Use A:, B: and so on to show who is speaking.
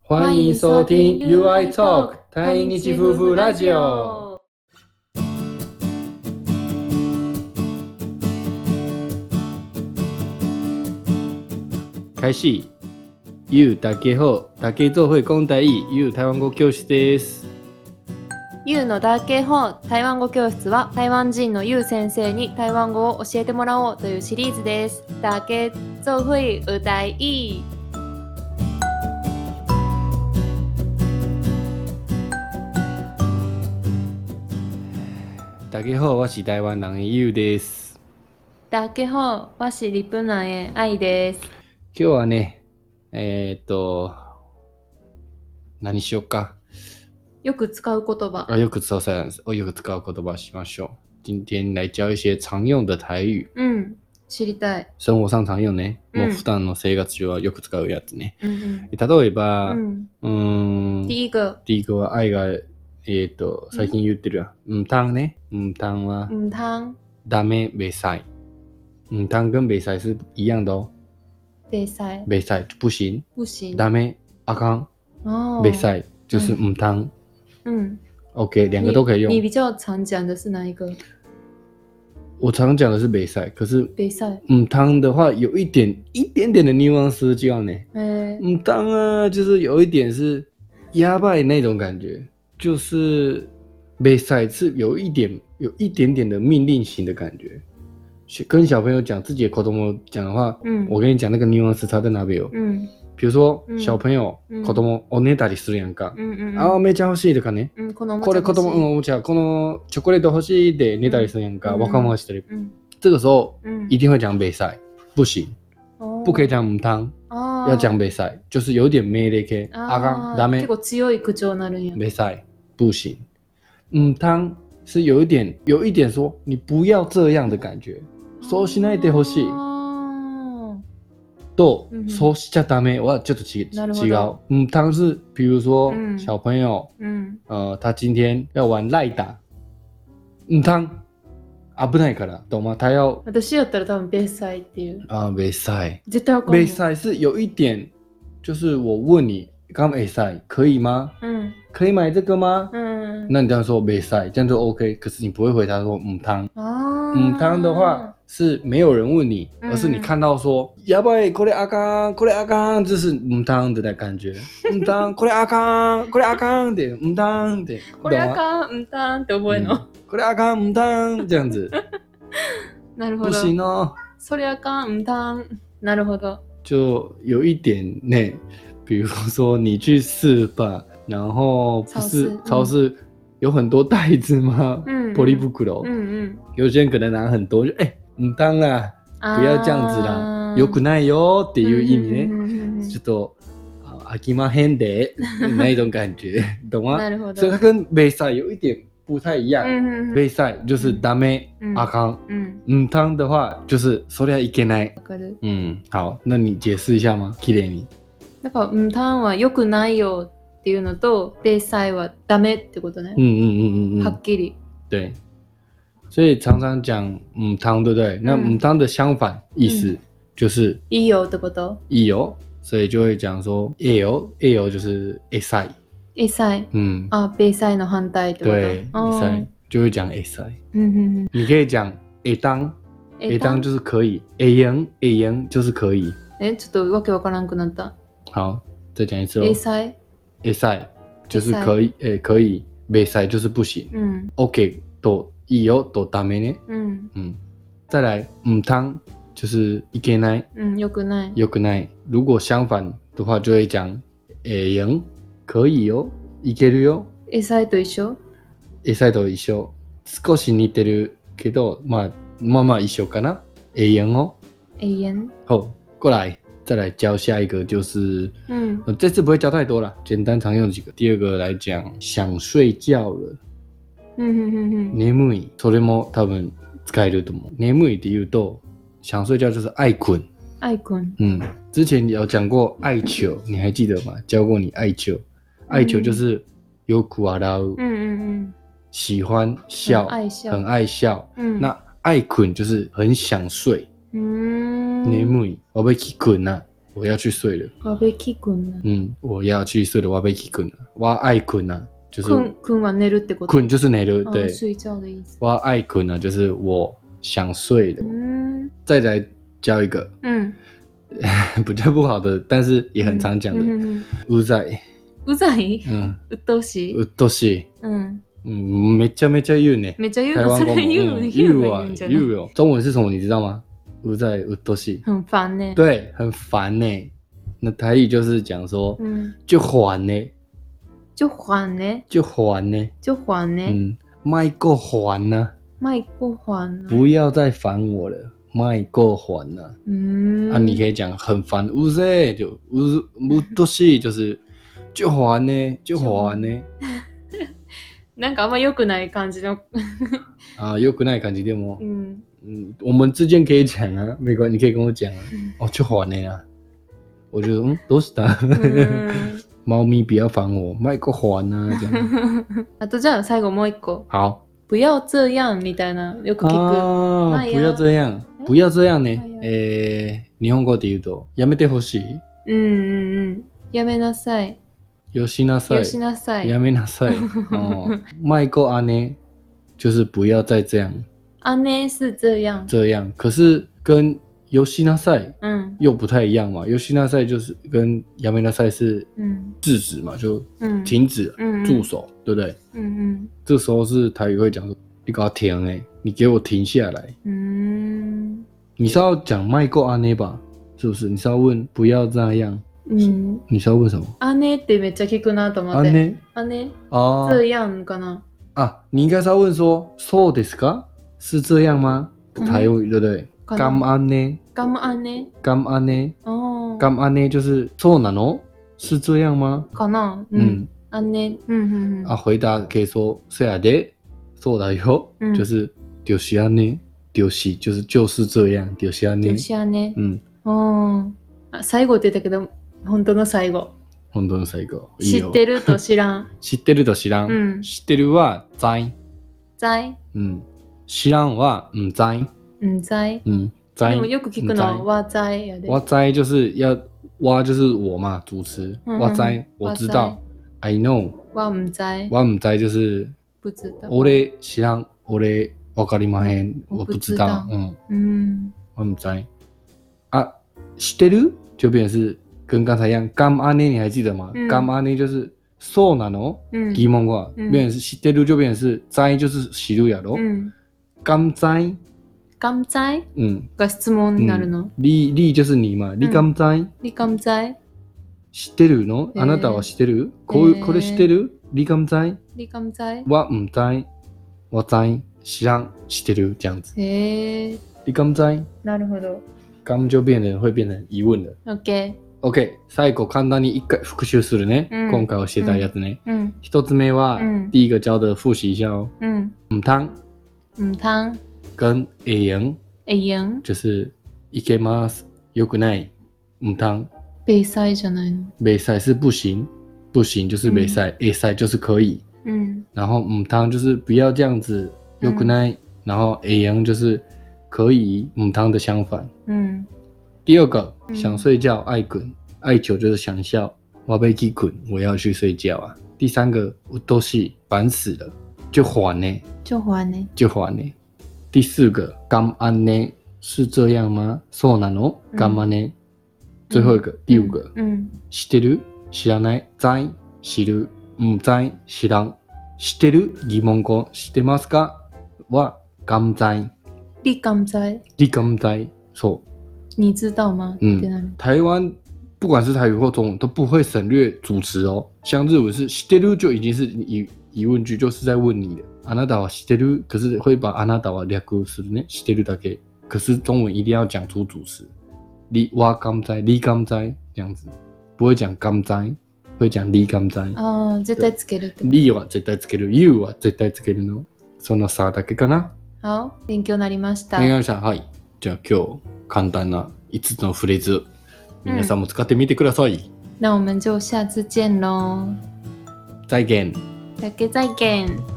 A: 欢迎收听 UI Talk 台日夫妇ラジオ。。開始 You だけほだけと会講台语 You 台湾語教師です。
B: ユウのダーケイホー台湾語教室は台湾人のユウ先生に台湾語を教えてもらおうというシリーズです。ダーケイゾフイウダイイ。
A: だけほは台湾人の You です。
B: ダーケイホーわしリプナエアイです。
A: 今日はね、えー、っと、何しようか。
B: よく使う言葉。
A: 啊，又可知道三，我又可知道口头巴西马秀。今天来教一些常用的台语，
B: うん。知りたい。
A: 生活上常用ね。
B: うん
A: もう普段の生活中はよく使うやつね。
B: うん
A: 例え
B: うん。
A: ば、う
B: う。
A: んーん、
B: 第一个。
A: 第一個は愛が、えーっと、最近言ってるやん。うん、たんね。うん、たんは、
B: うんたん
A: ダメ、ベサイ。嗯，当跟北塞是一样的哦，
B: でさえ。
A: 北塞不行，
B: 不行。
A: ダメ、阿康、
B: 哦
A: 北。塞就是
B: 嗯
A: 嗯当
B: 嗯。
A: ，OK，两个都可以
B: 你你
A: 用。
B: 比较常讲的是哪一个？
A: 我常讲的是北塞，可是
B: でさえ。
A: 嗯，汤的话有一点一点点的 nuance 就要呢。
B: えー
A: 嗯，汤啊，就是有一点是压败那种感觉，就是被塞是有一点有一点点的命令型的感觉。学跟小朋友讲自己的口头膜讲的话，
B: 嗯
A: 我跟你讲那个 nuance 差在哪边哦。
B: うん
A: 比如说
B: 嗯
A: 小朋友
B: 嗯
A: 子供おねだりするやんか
B: う。んうんうん。
A: あーめっちゃ欲しいとかね。
B: うんこのおもち
A: こ
B: ゃ
A: れ子
B: 欲し
A: 供
B: い
A: うんおもちゃこのチョコレート欲しいでねだりするやんか。
B: 嗯
A: わかましてる。
B: うん
A: 这个时候
B: うん
A: 一定会讲被塞，不行。不可以讲母汤，
B: 哦
A: 要讲北塞，就是有点没得开。阿刚，咱们
B: 結構強い口調になるんや。
A: 北塞不行。母汤是有一点，有一点说你不要这样的感觉。そうしないでほしい
B: あ
A: と
B: 嗯
A: そうしちゃダメはちょっと違
B: なるほ
A: 違う
B: ど。
A: 母汤是比如说
B: 嗯
A: 小朋友，
B: ーうん。
A: 呃，他今天要玩赖打，母汤危ないから，懂吗？他要
B: 私やったら多分ベイサイっていう。
A: 啊北塞，
B: 絶対わかんない。
A: 北。塞是有一点，就是我问你，刚北塞可以吗？
B: うん。
A: 可以买这个吗？
B: うん。
A: 那你这样说没塞，这样就 OK。可是你不会回答说嗯汤，
B: あー
A: 嗯汤的话，是没有人问你，
B: 嗯
A: 而是你看到说要不要过来阿刚，过来阿刚，这是嗯汤的那感觉，嗯汤过来阿刚，过来阿刚的嗯汤的，
B: これあ
A: 懂吗
B: かん、うんたんって覚えんの。
A: 嗯过来阿刚嗯汤这样子
B: なるほ
A: 不
B: ど。
A: 行哦，
B: それあかん、うんたん。なるほど。
A: 就有一点那，比如说你去试吧，然后不是
B: 超
A: 超
B: 市
A: 市有很多袋子吗？
B: 嗯
A: 玻璃布谷楼
B: うんうん。
A: 有些人可能拿很多，就哎、嗯当啦。
B: あー
A: 不要这样子啦，よくないよっていう意味
B: うん
A: ね。
B: うんうんうん
A: ちょっとあ飽きまへんで那种感 觉，懂
B: な
A: 吗？
B: るほど。
A: 所以它跟北塞有一点不太一样
B: う。んうんうん
A: 北塞就是ダメ、
B: 嗯
A: 阿康，
B: うん。
A: 嗯，汤的话就是それはいけない。
B: わかる。
A: 嗯，好，那你解释一下吗？きれいに。
B: だから、うんたんは良くないよっていうのと、ベイサイはダメってことね
A: 嗯。嗯嗯嗯
B: は
A: 嗯
B: っ，きり。
A: 对。所以常常讲嗯汤，对不对？那
B: 嗯
A: 嗯汤的相反意思
B: 嗯
A: 就是
B: いいよってこと
A: い油，E 所以就会讲说えよえよ就是え塞。
B: エサイ。
A: 嗯，
B: あ、ベイサイの反対ってこと
A: 对，哦
B: あー
A: 比赛就会讲 A 赛，
B: うんうんうん。
A: 你可以讲 A 当，A
B: え
A: 当就是可以，A 赢 A 赢就是可以。
B: え、ちょっとわけわからんくなった。
A: 好，再讲一次哦
B: エサイ。
A: ，A 赛就是可以，诶可以，B 赛就是不行。
B: うん。
A: OK，都一有都ダメ呢，
B: うん。
A: 嗯，再来唔当就是いけない
B: うん。よくない。
A: よくない。如果相反的话就会讲 A 赢可以よいけるよ。
B: エサイと一緒
A: エサイと一緒。少し似てるけど、まあ、まあまあ一緒かな。永遠哦。
B: 永遠
A: 好，过来，再来教下一个，就是
B: うん。
A: 呃这次不会教太多了，简单常用几个。第二个来讲，想睡觉了。
B: うんうんうんうん。
A: 眠い。それも多分使えると思う。眠いって言うと、想睡觉就是爱困。
B: アイコン。
A: 嗯，之前有讲过爱球，你还记得吗？教过你爱球，爱球就是有苦啊啦，
B: うんうんうん。
A: 喜欢笑，
B: 愛し
A: 很爱笑。
B: うん。
A: 那爱困就是很想睡，
B: うーん。
A: 嗯眠い，我被起困了。啊我要去睡了。
B: わべきくんな。
A: 嗯，我要去睡了。我被气困了，我爱困啊，就
B: く
A: 是
B: ん、くんは寝るってこと
A: 困就是哪了。
B: あ
A: 对，
B: 睡觉的意思。
A: 我爱困啊，就是我想睡了
B: う。ん。
A: 再来教一个
B: うん。
A: 比较不好的，但是也很常讲
B: うん
A: 的，
B: うんうん
A: うざい。
B: うざい
A: 嗯，
B: うっとうしい
A: 鬱陶しい。
B: うん。
A: 嗯，めちゃめちゃ言うね。
B: めっちゃ言う
A: 台
B: の、
A: 湾
B: そ
A: 公
B: れ
A: 母
B: 言うの、
A: 嗯
B: 言う
A: 又
B: の
A: 啊
B: 言うんじゃない
A: 又哦，中文是什么你知道吗？不在呃都是，
B: 很烦ね。
A: 对，很烦呢、那台语就是讲说
B: うん。
A: 就还呢，
B: 就还ね。
A: 就还呢，
B: 就还ね。
A: 嗯，卖够还呢，
B: 卖不还呢。
A: 不要再烦我了，卖够还呢。
B: 嗯。
A: 啊，你可以讲很烦，乌塞就乌乌都是就是就还呢，就还呢。
B: なんかあんま良くない感じの。
A: 啊，有可能感觉对吗
B: う？ん。
A: 嗯，我们之间可以讲啊，没关系，你可以跟我讲啊。哦，就还呢啊，我觉得嗯，都是的。嗯
B: うん
A: 猫咪不要烦我，卖个还啊，这 样
B: あとじゃあ最後もう一個。
A: 好
B: 不要这样みたいなよく聞
A: 啊，
B: 哎呀
A: 不要这样
B: 哎，
A: 不要这样呢
B: 哎呀。
A: 诶，日本語で言うと、やめてほしい、
B: く。うんうんうん。やめなさい。
A: よしなさ
B: よ
A: い、
B: しなさい。
A: やめなさ い。哦，卖个啊呢，就是不要再这样
B: あね是这样。
A: 这样。可是跟よしなさい
B: うん
A: 又不太一样嘛，よしなさい就是跟やめなさい是
B: うん
A: 制止嘛，就
B: うん。
A: 停止、
B: うん
A: 住手，对不对？
B: うん
A: 这时候是台语会讲说，你给我停哎，你给我停下来。
B: うん。うーん。
A: 你是要讲麦够阿内吧？是不是？你是要问不要这样？
B: うん。
A: 你是要问什么？
B: あねってめっちゃ聞くなと思
A: 阿
B: って。
A: 内
B: あね
A: 哦
B: 这样かな。
A: 啊，你应该是要问说そうですか？是这样吗？
B: 嗯
A: 台语对不对？
B: 可
A: 干
B: 能
A: 阿内，
B: ガムあね。
A: 干阿内，
B: おー
A: 干阿内就是そうなの？是这样吗？
B: かな。う
A: 嗯
B: ん。あね。うんうんうん。
A: 啊，回答可以说是啊的，そうだよ，
B: 嗯
A: 就是就是阿内，就是就是就是这样，就是阿内
B: よ。しあね。
A: 嗯，
B: うん。あ最後って言ったけど、本当の最後。
A: 本当の最後。いい
B: 知
A: よ
B: ってると知らん。
A: 知ってると知らん。
B: うん
A: 知ってるは在。
B: 在い。
A: うん。知らんは、うん、在。
B: うん在い。
A: うん、在
B: で。もよく聞くのはわ在いやで。
A: 我在就是要我就是我嘛，主持。
B: 嗯
A: 我在，我知道。I know。
B: わん在い。
A: 我唔在就是
B: 不知道。
A: 俺知らん。俺わかりまへん。
B: 嗯我
A: 我不
B: 不
A: 知
B: 知道
A: 道。嗯，
B: うん。
A: 我唔在。啊，知ってる就变成是跟刚才一样。干阿内你还记得吗？
B: 嗯
A: 干阿内就是そうなの？
B: うん。
A: 疑问话
B: 嗯
A: 变成是知ってる就变成是在就是知るやろ
B: う。ん。
A: 干在。
B: ガム在い
A: 嗯。
B: が質問になるの。
A: 你你就是你嘛，
B: 嗯
A: 你敢在
B: リカム在い
A: 知ってるの？
B: えー
A: あなたは知ってる？こう
B: えー
A: これ知ってる？你敢在？
B: リカム在い
A: 我唔在，我在知らん知ってる这样子。
B: へえ。
A: 你敢在？
B: なるほど。
A: 敢就变成会变成疑問了。
B: OK。
A: OK、最後簡単に一回復習するね。
B: うん
A: 今回教えたやつね。
B: うん。
A: 一つ目は、
B: うん
A: 第一个教的复习一下哦。
B: うん。
A: 唔汤
B: うんたん。
A: 跟えやん
B: えいやん。
A: 就是いけます。よくない。唔汤
B: ベサイじゃないの。
A: 没塞是不行，不行就是没塞，え塞就是可以。
B: うん。
A: 然后母汤就是不要这样子，
B: 嗯
A: よくない。然后 a 阳就是可以母汤的相反。
B: うん。
A: 第二个，
B: 嗯
A: 想睡觉爱滚，爱久就是想笑，我被气滚，我要去睡觉啊。第三个，我都是烦死了，就还呢，
B: 情報はね。
A: 就还呢。第四个，干安呢是这样吗？そうなの？
B: 嗯
A: 干嘛呢？最后一个，第五个，
B: うん。
A: 知ってる知らない在知るうん在知らん知ってる疑問語知ってますかは感在
B: リカム在い
A: 理感在そう
B: 你知道吗？
A: 嗯
B: ってなる。
A: 台湾不管是台语或中文都不会省略主词哦像日文是知ってる就已经是疑疑问句就是在问你的あなたは知ってる可是会把あなたは略するね知ってるだけ可是中文一定要讲出主词你哇感在你感在这样子不会讲感在会讲你感在
B: ああ、絶対つけるってこと。
A: リは絶対つける、ユは絶対つけるの。その差だけかな。
B: 好、勉強になりました。
A: 皆さん、はい。じゃあ今日、簡単な5つのフレーズ、皆さんも使ってみてください。
B: 那我们就下次见喽，
A: 再現。
B: 大家再见。